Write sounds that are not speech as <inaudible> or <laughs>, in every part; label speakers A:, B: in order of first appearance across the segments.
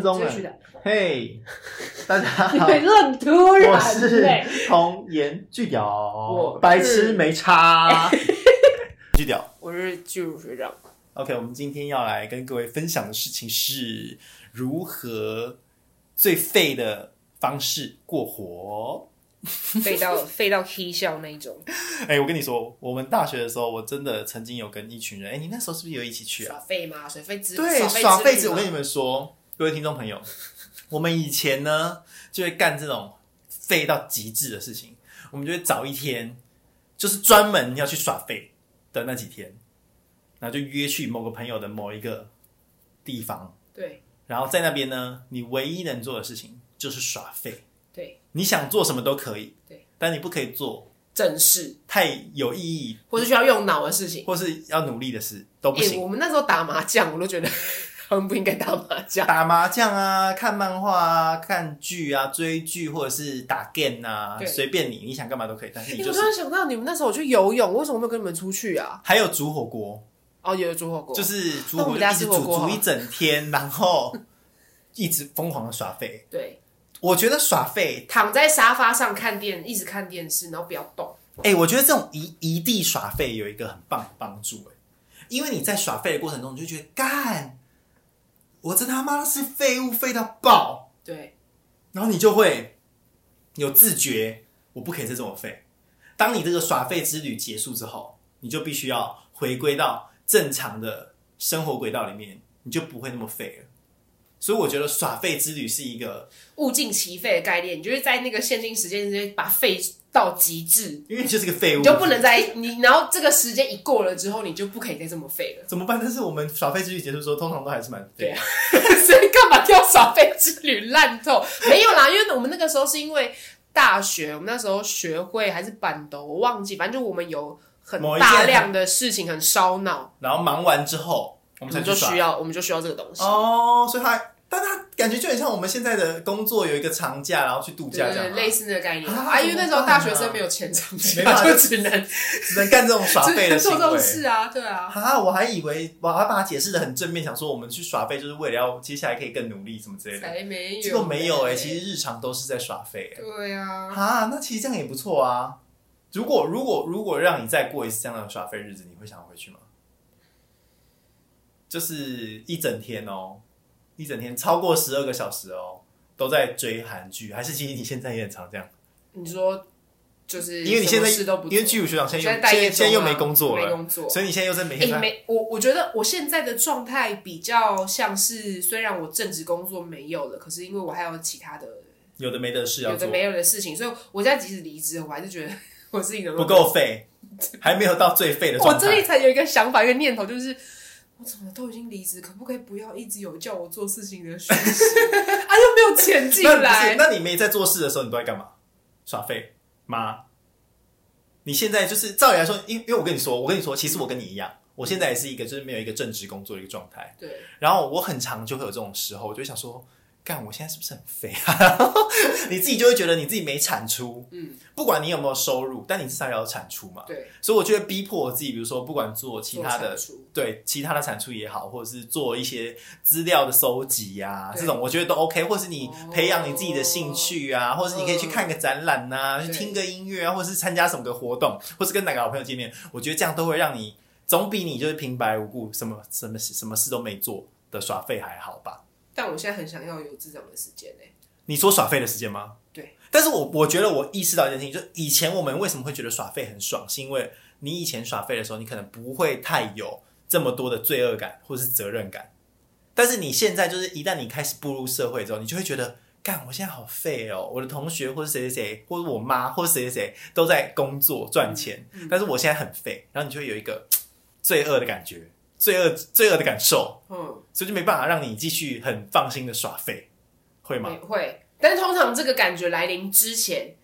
A: 钟啊了 <laughs>
B: 追，剧的， <laughs>
A: 嘿，大家
B: 你
A: 好，
B: 很突然，
A: 我是
B: 对，
A: 童颜巨
B: 我
A: 屌
B: 是，
A: 白痴没
B: <laughs>
A: 差，巨屌。
B: 我是巨乳学长，
A: OK，我们今天要来跟各位分享的事情是如何最废的方式过活。
B: 废到废到 K 笑那一种，
A: 哎、我跟你说，我们大学的时候，我真的曾经有跟一群人，哎、你那时候是不是有一起去啊？
B: 耍废吗？水费之
A: 对，
B: 耍
A: 耍
B: 废
A: 废
B: 之
A: 子，
B: 旅
A: 我
B: 吗
A: 跟你们说，各位听众朋
B: <laughs>
A: 友，我们以前呢就会干这种废到极致的事情，我们就会找一天，就是专门要去耍废的那几天，然后就约去某个朋友的某一个地方，
B: 对
A: 然后在那边呢，你唯一能做的事情就是耍废，
B: 对
A: 你想做什么都可以，
B: 对，
A: 但你不可以做
B: 正事
A: 太有意义
B: 或是需要用脑的事情。
A: 或是要努力的事都不
B: 哎、
A: 行。
B: 我们那时候打麻将，我都觉得 <laughs> 他们不应该打麻将。
A: 打麻将啊，看漫画啊，看剧啊，追剧或者是打 game 啊，
B: 对
A: 随便你，你想干嘛都可以。但是
B: 哎、
A: 你
B: 我
A: 就
B: 突
A: 是
B: 然想到，你们那时候我去游泳，为什么没有跟你们出去啊？
A: 还有煮火锅，
B: 哦，有煮火锅，
A: 就是煮
B: 那我
A: 火锅
B: 们
A: 就
B: 家
A: 一直
B: 吃火
A: 煮
B: 锅好
A: 煮
B: 了
A: 一整天，然后一直疯狂的耍废。
B: 对，
A: 我觉得耍废，
B: 躺在沙发上看电，一直看电视，然后不要动。
A: 哎、我觉得这种一一地耍废有一个很棒的帮助、哎，因为你在耍废的过程中，你就觉得干，我这他妈是废物废到爆。
B: 对，
A: 然后你就会有自觉，我不可以再这么废。当你这个耍废之旅结束之后，你就必须要回归到正常的生活轨道里面，你就不会那么废了。所以我觉得耍废之旅是一个，
B: 物尽其废的概念，你就是在那个限定时间之内把废到极致，
A: 因为你就是个废物，
B: 你就不能再你，然后这个时间一过了之后，你就不可以再这么废了。 <laughs>
A: 怎么办？但是我们耍废之旅结束之后，通常都还是蛮废
B: 对
A: 的
B: 啊。，所以干嘛叫耍废之旅烂透？没有啦，因为我们那个时候是因为大学，我们那时候学会还是板斗，我忘记，反正就我们有很
A: 某一件
B: 大量的事情很烧脑，
A: 然后忙完之后，我
B: 我
A: 们才
B: 们
A: 去
B: 就
A: 耍
B: 需要我们就需要这个东西。
A: 哦。所以他，但他感觉就很像我们现在的工作有一个长假，然后去度
B: 对
A: 假
B: 对
A: 这样
B: 对，
A: 吗，
B: 类似那个概念
A: 啊
B: 啊，因为那时
A: 怎
B: 候
A: 么办啊
B: 大学生没有钱长
A: 没办
B: 假，
A: 法
B: 就只能
A: 只能干这种耍
B: 只
A: 废的
B: 能
A: 行
B: <laughs> 做
A: 为。
B: 这种事啊，对啊，
A: 啊，我还以为我还把它解释的很正面，想说我们去耍废就是为了要接下来可以更努力什么之类的。
B: 才没有，
A: 结果没有哎、其实日常都是在耍废、欸。
B: 对啊，
A: 啊，那其实这样也不错啊。如果如果如果让你再过一次这样的耍废日子，你会想要回去吗？就是一整天哦，一整天超过十二个小时哦，都在追韩剧，还是其实你现在也很常这样，
B: 你说就是
A: 因为你现在
B: 什么事都不做，
A: 因为剧组学长现在
B: 现
A: 又
B: 在待
A: 现
B: 业
A: 在
B: 中啊
A: 现在又没工作
B: 没
A: 了，
B: 工作，
A: 所以你现在又在每天
B: 哎、
A: 在
B: 没我，我觉得我现在的状态比较像是，虽然我正职工作没有了，可是因为我还有其他的
A: 有的没的事要
B: 有的
A: 做，
B: 没有的事情，所以我现在即使离职了，我还是觉得 <laughs> 我自己能
A: 不。够废，还没有到最废的
B: 我
A: 状
B: 这里
A: 态。
B: 才有一个想法，一个念头，就是我怎么都已经离职，可不可以不要一直有叫我做事情的讯息？ <laughs> 啊，又没有钱进
A: 那不是，
B: 来，
A: 那你没在做事的时候，你都在干嘛？耍废吗？你现在就是照理来说，因因为我跟你说，我跟你说，其实我跟你一样，我现在也是一个就是没有一个正职工作的一个状态。
B: 对，
A: 然后我很常就会有这种时候，我就会想说，干，我现在是不是很废啊？ <laughs> 你自己就会觉得你自己没产出，
B: 嗯，
A: 不管你有没有收入，但你至少要有产出嘛。
B: 对，
A: 所以我就会逼迫我自己，比如说不管做其他的
B: 做产出
A: 对其他的产出也好，或者是做一些资料的收集呀、
B: 对
A: 这种我觉得都 OK。或是你
B: 哦
A: 培养你自己的兴趣啊，或者是你可以去看个展览呐、
B: 嗯对
A: 去听个音乐啊，或者是参加什么个活动，或是跟哪个好朋友见面，我觉得这样都会让你总比你就是平白无故什么什么什么事都没做的耍废还好吧？
B: 但我现在很想要有这种的时间欸呢、
A: 你说耍废的时间吗？
B: 对。
A: 但是我我觉得我意识到一件事情，就是以前我们为什么会觉得耍废很爽，是因为你以前耍废的时候，你可能不会太有这么多的罪恶感或是责任感。但是你现在就是一旦你开始步入社会之后，你就会觉得，干，我现在好废哦！我的同学或是谁谁谁，或者我妈或是谁谁谁都在工作赚钱，
B: 嗯嗯
A: 但是我现在很废，然后你就会有一个嘖罪恶的感觉，罪恶罪恶的感受，
B: 嗯。
A: 所以就没办法让你继续很放心的耍废，会吗？
B: 会会，但是通常这个感觉来临之前，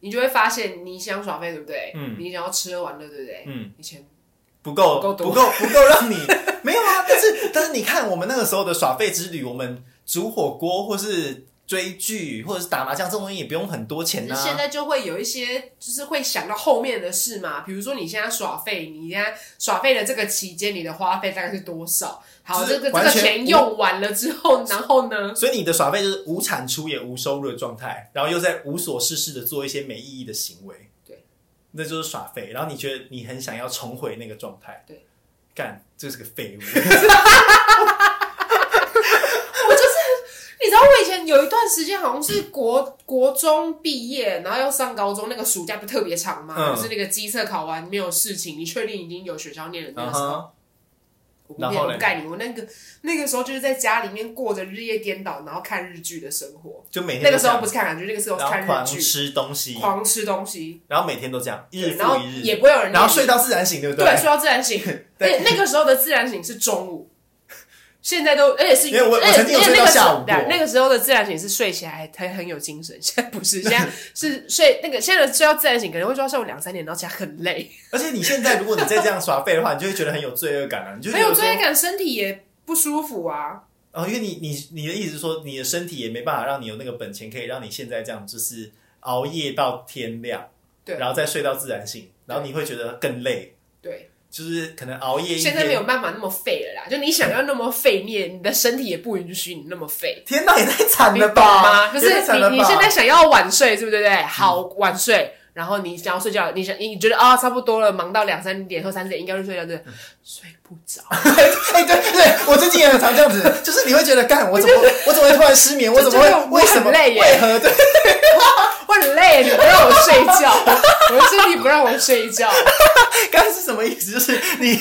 B: 你就会发现你想耍废，对不对？
A: 嗯
B: 你想要吃喝玩乐，对不对？
A: 嗯，
B: 以前
A: 不够
B: 不够多
A: 不够不够让你没有啊！但是但是你看我们那个时候的耍废之旅，我们煮火锅或是追剧或者是打麻将这种东西也不用很多钱啊
B: 只
A: 呐、
B: 是现在就会有一些，就是会想到后面的事嘛。比如说你现在耍费，你现在耍费的这个期间，你的花费大概是多少？好，
A: 就是
B: 这个这
A: 完
B: 个
A: 全
B: 钱用完了之后，然后呢？
A: 所以你的耍费就是无产出也无收入的状态，然后又在无所事事的做一些没意义的行为，
B: 对，
A: 那就是耍废。然后你觉得你很想要重回那个状态，
B: 对，
A: 干，这是个废
B: <laughs>
A: 物。
B: 你知道我以前有一段时间好像是国国中毕业，然后要上高中，那个暑假不特别长嘛，
A: 嗯
B: 就是那个机测考完没有事情，你确定已经有学校念的那
A: 嗯
B: 个时候。
A: 哼，
B: 我
A: 然
B: 不
A: 后
B: 骗
A: 嘞
B: 不盖你，我那个那个时候就是在家里面过着日夜颠倒，然后看日剧的生活。
A: 就每天
B: 那个时候
A: 都
B: 不是看韩剧，那个时候
A: 这
B: 是
A: 样，
B: 看
A: 哎然后狂
B: 日剧，
A: 吃东西，
B: 狂吃东西，
A: 然后每天都这样，日
B: 对然后
A: 复一
B: 也
A: 日，
B: 不会有人，
A: 然后睡到自然醒，对不
B: 对，睡到自然醒。
A: <laughs>
B: 那
A: 对
B: 那个时候的自然醒是中午，现在都而且是
A: 因为我
B: 而且
A: 我曾经有
B: 而且
A: 睡到
B: 那个时候
A: 下午过
B: 对啊那个时候的自然醒是睡起来还很有精神，现在不是，现在是睡那个现在的睡到自然醒可能会睡到下午两三点，然后起来很累，
A: 而且你现在如果你再这样耍废的话，你就会觉得很有罪恶感啊，你就会
B: <laughs> 没
A: 觉
B: 有
A: 得说
B: 罪恶感，身体也不舒服啊。
A: 哦，因为你你你的意思是说，你的身体也没办法让你有那个本钱，可以让你现在这样，就是熬夜到天亮，
B: 对
A: 然后再睡到自然醒，然后你会觉得更累，
B: 对，
A: 就是可能熬夜一
B: 现在没
A: 天。
B: 有办法那么废了啦，就你想要那么废，你也你的身体也不允许你那么废。
A: 天哪，也太惨
B: 你
A: 了
B: 懂
A: 吧！
B: 吗？就
A: 也太
B: 是
A: 惨了
B: 你你
A: 吧
B: 现在想要晚睡，对不对？好晚睡，然后你想要睡觉，你想你觉得啊、差不多了，忙到两三点或三四点应该去睡觉，对不
A: 嗯
B: 对，睡不着，
A: <laughs> 哎、对对对，我最近也很常这样子， <laughs> 就是你会觉得，干我怎么我怎么会突然失眠？我怎么
B: 就觉得
A: 会
B: 我
A: 为什么
B: 很累耶
A: 为何 <laughs> 对？
B: 我很累，你不让我睡
A: <laughs>
B: 觉，我的身体不让我睡觉，
A: 刚刚是什么意思？就是你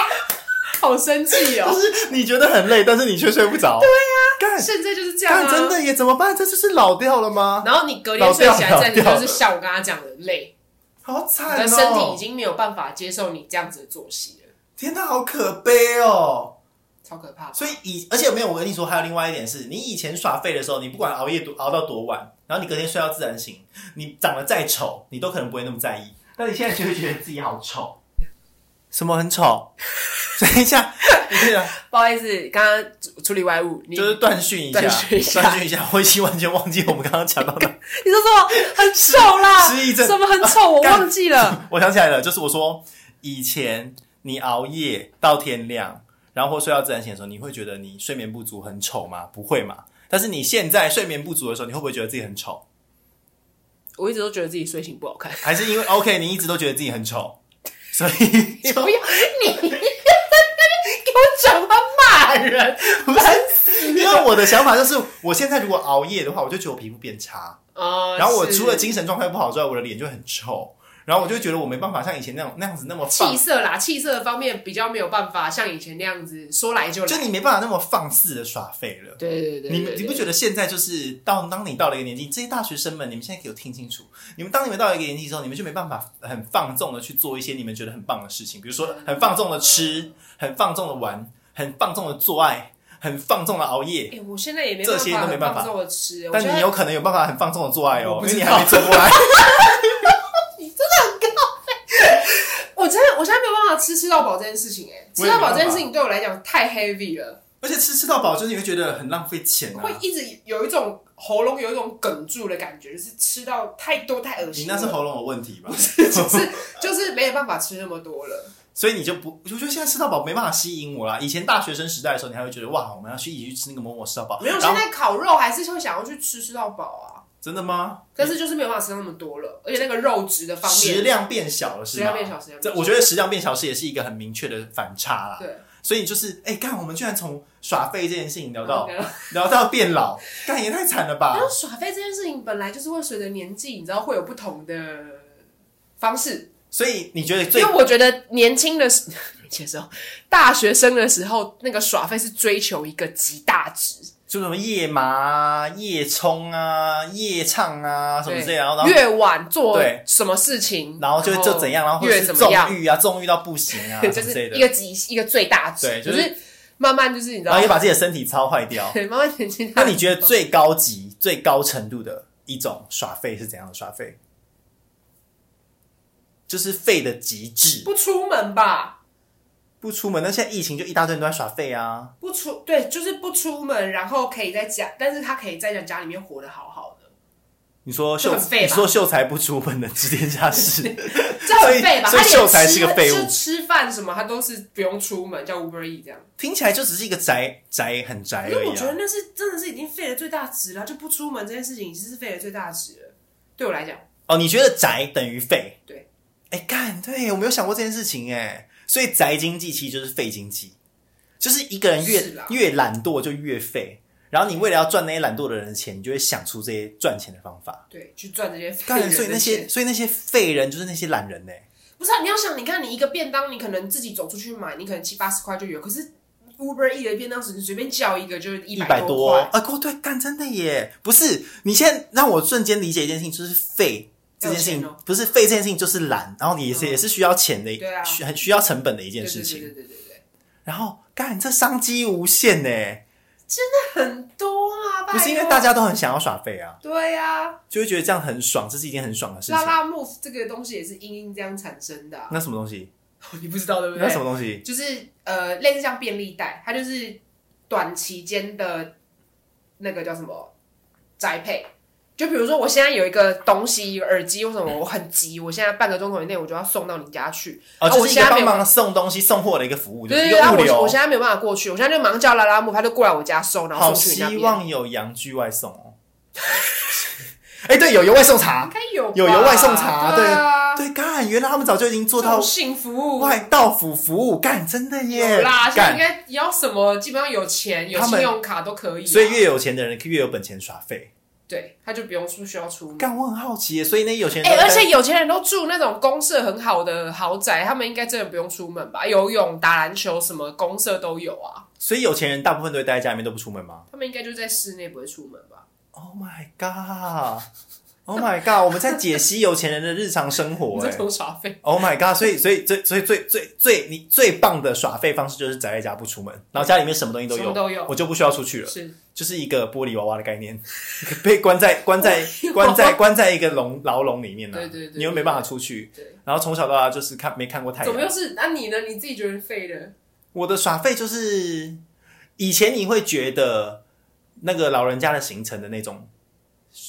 A: <laughs>
B: 好生气
A: 就 <laughs>
B: 哦！
A: 是你觉得很累，但是你却睡不着。
B: 啊
A: 对呀、
B: 现在就是这样
A: 干
B: 啊，
A: 干真。的耶，怎么办？这就是老掉了吗？
B: 然后你隔天睡起来，
A: 老掉
B: 再你
A: 老掉
B: 就是像我刚刚讲的累，
A: 好
B: 你
A: 惨哦！
B: 的身体已经没有办法接受你这样子的作息了，
A: 天哪，好可悲哦！
B: 超可怕。
A: 所以以而且没有，我跟你说，还有另外一点是，你以前耍废的时候，你不管熬夜多熬到多晚，然后你隔天睡到自然醒，你长得再丑，你都可能不会那么在意。但你现在就会觉得自己好丑，什么很丑？ <laughs> 等一下，你这 <laughs> 个
B: 不好意思，刚刚处处理外务，你
A: 就是断讯一下，
B: 断讯一下
A: 断讯一下，我已经完全忘记我们刚刚讲到的。
B: 你说什么很丑啦？
A: 失失忆症
B: 什么很丑？我
A: <laughs> 干
B: 忘记了。
A: 我想起来了，就是我说以前你熬夜到天亮，然后或睡到自然醒的时候，你会觉得你睡眠不足很丑吗？不会嘛。但是你现在睡眠不足的时候，你会不会觉得自己很丑？
B: 我一直都觉得自己睡醒
A: <laughs>
B: 不好看。
A: 还是因为 OK，你一直都觉得自己很丑，所以
B: 你不要你 <laughs> 给我转弯骂人，烦死
A: 因为我的想法就是，我现在如果熬夜的话，我就觉得我皮肤变差，
B: 哦
A: 然后我
B: 是
A: 除了精神状态不好之外，我的脸就很臭，然后我就觉得我没办法像以前那种那样子那么放
B: 气色啦，气色方面比较没有办法像以前那样子说来就来。
A: 就你没办法那么放肆的耍废了。
B: 对对对，
A: 你
B: 对
A: 们你不
B: 对
A: 觉得现在就是到当你到了一个年纪，这些大学生们，你们现在给我听清楚，你们当你们到了一个年纪之后，你们就没办法很放纵的去做一些你们觉得很棒的事情，比如说很放纵的吃，很放纵的玩，很放纵的做爱，很放纵的熬夜。
B: 哎，我现在也没
A: 这些都没办法
B: 很放纵的吃，
A: 但
B: 我现
A: 你
B: 在
A: 有可能有办法很放纵的做爱哦
B: 我，不
A: 因为
B: 知
A: 你
B: 道
A: 还没做过
B: <laughs>
A: 爱。
B: 我真的我现在没有办法吃吃到饱这件事情，哎，
A: 我
B: 吃
A: 也没办
B: 到
A: 法
B: 饱这件事情对我来讲太 heavy 了，
A: 而且吃吃到饱，就是你会觉得很浪费钱啊
B: 会。一直有一种喉咙有一种梗住的感觉，就是吃到太多太恶
A: 你
B: 心了。
A: 那是喉咙有问题吧？
B: 就是就是没有办法吃那么多
A: <laughs>
B: 了。
A: 所以你就不，我觉得现在吃到饱没办法吸引我啦。以前大学生时代的时候，你还会觉得哇，我们要去一起去吃那个某某吃到饱。
B: 没有，
A: 然
B: 现
A: 后
B: 在烤肉还是会想要去吃吃到饱啊，
A: 真的吗？
B: 但是就是没有办法吃到那么多了，而且那个肉质的方
A: 食
B: 面，
A: 量变小了是
B: 食
A: 吗？
B: 量变小，食量
A: 这
B: 变小
A: 我觉得食量变小是也是一个很明确的反差啦。
B: 对，
A: 所以就是，哎、干，我们居然从耍废这件事情聊到
B: 然后
A: <laughs> 聊到变老，干也太惨了吧
B: 然！后耍飞这件事情本来就是会随着年纪，你知道会有不同的方式，
A: 所以你觉得
B: 因
A: 最
B: 为我觉得年轻的时 <laughs> 年轻的时候，大学生的时候，那个耍飞是追求一个极大值，
A: 就什么夜麻啊、夜冲啊、夜唱啊什么之类的，然后然后
B: 越晚做
A: 对
B: 什么事情，
A: 然后就就怎样，然后或者
B: 越
A: 是
B: 怎么
A: 纵
B: 样，
A: 欲啊，纵欲到不行啊，
B: <laughs> 就
A: 什么之类
B: 是
A: 的
B: 一，个极一个最大值，
A: 对就
B: 就是是慢慢就是你知
A: 然
B: 道
A: 后也把自己的身体操坏掉。
B: <laughs> 对，慢慢前
A: <laughs>
B: 进。
A: 那你觉得最高级、最高程度的一种耍废是怎样的耍废？就是废的极致。
B: 不出门吧？
A: 不出门，那现在疫情就一大堆人都在耍废啊。
B: 不出对，就是不出门，然后可以在家，但是他可以在家家里面活得好好的，
A: 你说
B: 这
A: 秀，
B: 很废吧
A: 你说秀才不出门能知天下事，
B: <laughs> 这很废吧？
A: 所以所以
B: 他连
A: 秀才
B: 吃
A: 是个废物
B: 就吃饭什么他都是不用出门，叫 Uber E 这样。
A: 听起来就只是一个宅宅很宅
B: 因为
A: 而
B: 我
A: 已
B: 觉得
A: 啊。
B: 那是真的是已经废了最大值了，就不出门这件事情已经是废了最大值了。对我来讲，
A: 哦，你觉得宅等于废？
B: 对。
A: 哎，干，对我没有想过这件事情哎。所以宅经济其实就是废经济，就是一个人
B: 是
A: 越
B: 啦
A: 越懒惰就越废，然后你为了要赚那些懒惰的人的钱，你就会想出这些赚钱的方法。
B: 对，去赚这些废
A: 干，
B: 人
A: 所以那
B: 的
A: 些
B: 钱，
A: 所以那些废人就是那些懒人呢。哎
B: 不是、啊、你要想，你看你一个便当，你可能自己走出去买，你可能七八十块就有，可是 Uber E 的便当你随便叫一个就是一
A: 一百
B: 多
A: 多
B: 块，
A: 啊！哦，对，干真的耶！不是，你现在让我瞬间理解一件事情，就是废这件事
B: 要
A: 情
B: 钱哦，
A: 不是废这件事情就是懒，然后你也是、
B: 嗯
A: 也是需要钱的，
B: 对啊
A: 需很需要成本的一
B: 对
A: 件
B: 对
A: 事
B: 对
A: 情。
B: 对对对对，
A: 然后干这商机无限呢，
B: 哎很多啊，拜
A: 不是因为
B: 托
A: 大家都很想要耍废啊，
B: 对呀、
A: 就会觉得这样很爽，这是一件很爽的事
B: 拉
A: 情。
B: 拉 move 这个东西也是因因这样产生的啊、
A: 那什么东西？
B: 你不知道对不对？
A: 那什么东西？
B: 就是呃，类似像便利贷，它就是短期间的那个叫什么宅配。就比如说，我现在有一个东西，耳机或什么，我很急，我现在半个钟头以内我就要送到你家去。
A: 哦，
B: 啊
A: 就
B: 我
A: 是一
B: 现
A: 个
B: 在没
A: 帮
B: 有
A: 忙送东西送货的一个服务，就是
B: 对
A: 一
B: 对对，
A: 个
B: 啊
A: 物
B: 我我
A: 流。
B: 现在没有办法过去，我现在就马上叫拉拉木，他就过来我家收，然后
A: 好
B: 送去你那
A: 希
B: 边。
A: 望有洋居外送哦。 <laughs> 哎，对，有有外送茶
B: 应。该有吧
A: 有有外送茶
B: 对啊，
A: 对，干，原来他们早就已经做
B: 这
A: 到
B: 种幸福
A: 外道服服务，干真的耶
B: 有啦，，现在
A: 干。
B: 应该啊要什么，基本上有钱有
A: 他们
B: 信用卡都可以啊、
A: 所以越有钱的人越有本钱耍废，
B: 对他就不用出需要出门。
A: 干我很好奇耶。所以那有钱人
B: 哎、
A: 都在，
B: 而且有钱人都住那种公社很好的豪宅，他们应该真的不用出门吧？游泳、打篮球什么公社都有啊，
A: 所以有钱人大部分都会待在家里面都不出门吗
B: 他们应该就在室内不会出门吧？
A: ？Oh my god! Oh my god! 我们在解析有钱人的日常生
B: 你
A: 活
B: 这
A: 哎。
B: 种耍废，
A: Oh my god！所以所以最所以最最最你最棒的耍废方式就是宅在家不出门，然后家里面什么东西都
B: 什么
A: 有，
B: 都有，
A: 我就不需要出去了，
B: 是
A: 就是一个玻璃娃娃的概念，被关在关在关在关在一个笼牢笼里面呢、啊
B: 对对对
A: 你又没办法出去，
B: 对。
A: 然后从小到大就是看没看过太
B: 怎么
A: 阳
B: 又。是？那、你呢？你自己觉得废了？
A: 我的耍废就是以前你会觉得那个老人家的行程的那种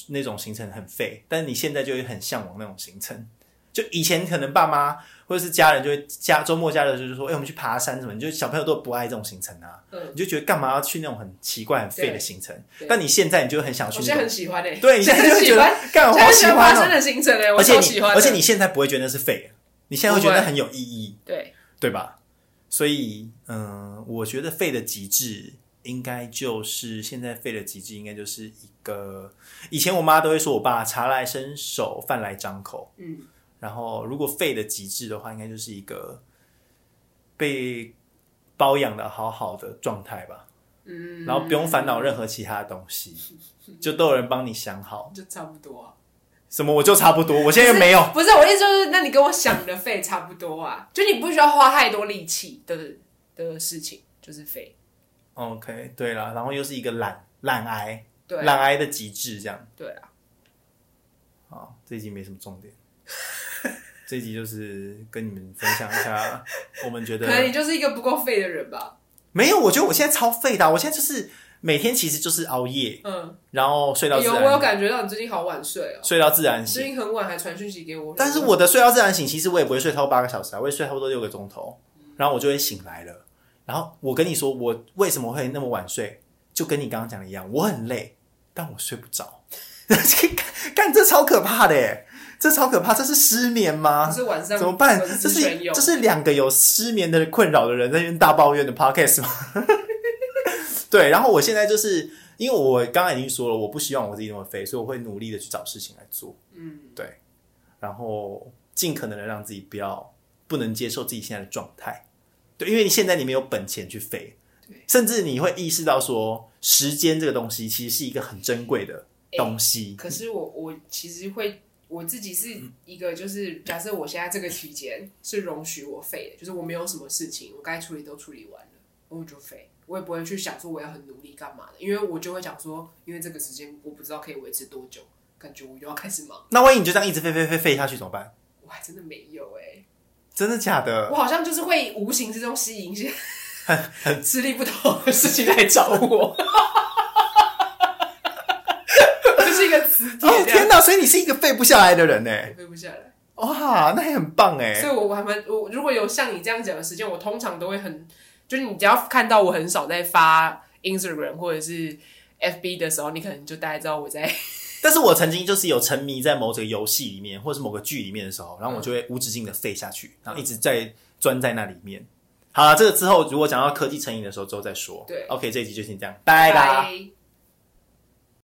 A: 那种行程很废，但是你现在就会很向往那种行程。就以前可能爸妈或者是家人就会家周末家人就是说，哎、我们去爬山什么，你就小朋友都不爱这种行程啊，
B: 嗯，
A: 你就觉得干嘛要去那种很奇怪很废的行程
B: 对？对
A: 但你现在你就会很想要
B: 我
A: 去
B: 现
A: 那
B: 在
A: 种
B: 很，喜欢诶、欸，
A: 对，你
B: 现
A: 现在就
B: 很
A: 会
B: 喜
A: 觉
B: 欢
A: 得，干
B: 现
A: 我好
B: 在很
A: 喜
B: 喜欢爬
A: 欢哦、
B: 山的行程诶、欸，我
A: 而且
B: 超喜
A: 你
B: 欢的
A: 而且你现在不会觉得那是废，你现在会觉
B: 不
A: 得
B: 会
A: 很有意义。
B: 对
A: 对吧？所以，嗯，我觉得废的极致应该就是现在废的极致，应该就是一个以前我妈都会说我爸茶来伸手，饭来张口。
B: 嗯，
A: 然后如果废的极致的话，应该就是一个被包养的好好的状态吧。
B: 嗯，
A: 然后不用烦恼任何其他东西，就都有人帮你想好。
B: 就差不多啊。
A: 什么我就差不多，我现在没有。
B: 不是我意思就是，那你跟我想的费差不多啊，就你不需要花太多力气的的事情，就是费。
A: OK，对啦，然后又是一个懒懒癌，
B: 对啊
A: 懒癌的极致这样。
B: 对啊，
A: 好，这一集没什么重点， <laughs> 这一集就是跟你们分享一
B: <laughs>
A: 下，我们觉
B: 可能你
A: 得
B: 就是一个不够费的人吧。
A: 没有，我觉得我现在超废的啊、我现在就是每天其实就是熬夜，
B: 嗯，
A: 然后睡到自
B: 有哎我有
A: 然，
B: 感觉到你最近好晚睡哦，
A: 睡到自然
B: 最
A: 醒。
B: 近很晚还传讯息给我。
A: 但是我的睡到自然醒，其实我也不会睡超过八个小时啊，我会睡差不多六个钟头，然后我就会醒来了。然后我跟你说，我为什么会那么晚睡，就跟你刚刚讲的一样，我很累，但我睡不着。 <laughs> 干干这超可怕的耶，这超可怕，这是失眠吗？
B: 不是晚上
A: 怎么办？
B: 文
A: 这
B: 思
A: 是
B: 泉涌
A: 这是两个有失眠的困扰的人在那边大抱怨的 podcast 吗？ <laughs> 对，然后我现在就是因为我刚刚已经说了，我不希望我自己那么废，所以我会努力的去找事情来做，
B: 嗯，
A: 然后尽可能的让自己不要不能接受自己现在的状态。对，因为你现在你没有本钱去废
B: 对，
A: 甚至你会意识到说，时间这个东西其实是一个很珍贵的
B: 哎
A: 东西。
B: 可是我我其实会。我自己是一个，就是假设我现在这个期间是容许我废的，就是我没有什么事情，我该处理都处理完了，我就废，我也不会去想说我要很努力干嘛的，因为我就会想说，因为这个时间我不知道可以维持多久，感觉我又要开始忙，
A: 那万一你就这样一直废废废废下去怎么办？
B: 我还真的没有哎、
A: 真的假的？
B: 我好像就是会无形之中吸引一些吃力不讨好的事情来找我， <laughs> 就是一个磁
A: <laughs>
B: 铁
A: 哦
B: 这样
A: 天，哪！所以你是一个废不下来的人呢。
B: 飞不下来。
A: 哦哇，那也很棒
B: 所
A: 哎。
B: 以我我还蛮我如果有像你这样讲的时间，我通常都会很，就是你只要看到我很少在发 Instagram 或者是 FB 的时候，你可能就大概知道我在
A: 但是我曾经就是有沉迷在某个游戏里面，或是某个剧里面的时候，然后我就会无止境的废下去，然后一直在钻在那里面。好了，这个之后如果讲到科技成瘾的时候，之后再说。
B: 对
A: ，OK，这一集就先这样，拜拜。
B: 拜